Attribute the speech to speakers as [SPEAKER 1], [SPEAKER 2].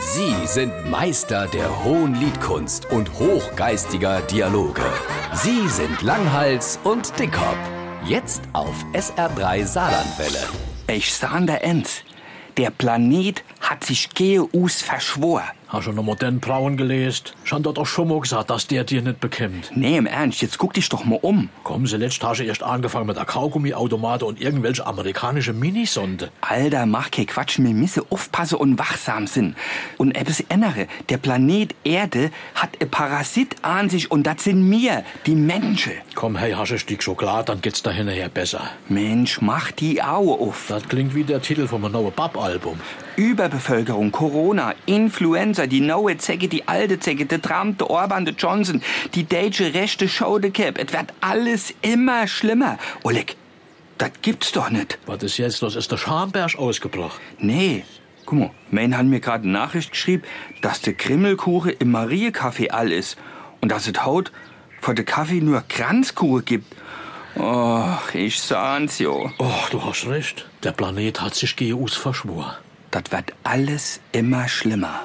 [SPEAKER 1] Sie sind Meister der hohen Liedkunst und hochgeistiger Dialoge. Sie sind Langhals und Dickhop. Jetzt auf SR3 Saarlandwelle.
[SPEAKER 2] Ich sah'n der Enz. Der Planet hat sich Geus verschwor.
[SPEAKER 3] Hast du nochmal den Braun gelesen? Schon dort auch schon mal gesagt, dass der dir nicht bekämpft.
[SPEAKER 2] Nee, im Ernst, jetzt guck dich doch mal um.
[SPEAKER 3] Komm, zuletzt hast du erst angefangen mit der Kaugummiautomate und irgendwelche amerikanische Minisonde.
[SPEAKER 2] Alter, mach kei Quatsch, mir misse aufpasse und wachsam sind. Und etwas ändere. Der Planet Erde hat ein Parasit an sich und das sind wir, die Menschen.
[SPEAKER 3] Komm, hey, hast du ein Stück Schokolade, dann geht's da hinterher besser.
[SPEAKER 2] Mensch, mach die Augen auf.
[SPEAKER 3] Das klingt wie der Titel vom neuen Bab-Album.
[SPEAKER 2] Überbevölkerung, Corona, Influenza, die neue Zecke, die alte Zecke, der Trump, der Orban, der Johnson, die deutsche rechte Show de Cap. Es wird alles immer schlimmer. Oleg, das gibt's doch nicht.
[SPEAKER 3] Was ist jetzt los? Ist der Schamberg ausgebrochen?
[SPEAKER 2] Nee. Guck mal, Man hat mir gerade eine Nachricht geschrieben, dass der Krimmelkuchen im Mariekaffee all ist. Und dass es haut vor der Kaffee nur Kranzkuchen gibt. Och, ich sah's jo.
[SPEAKER 3] Och, Oh, du hast recht. Der Planet hat sich Geus verschworen.
[SPEAKER 2] Das wird alles immer schlimmer.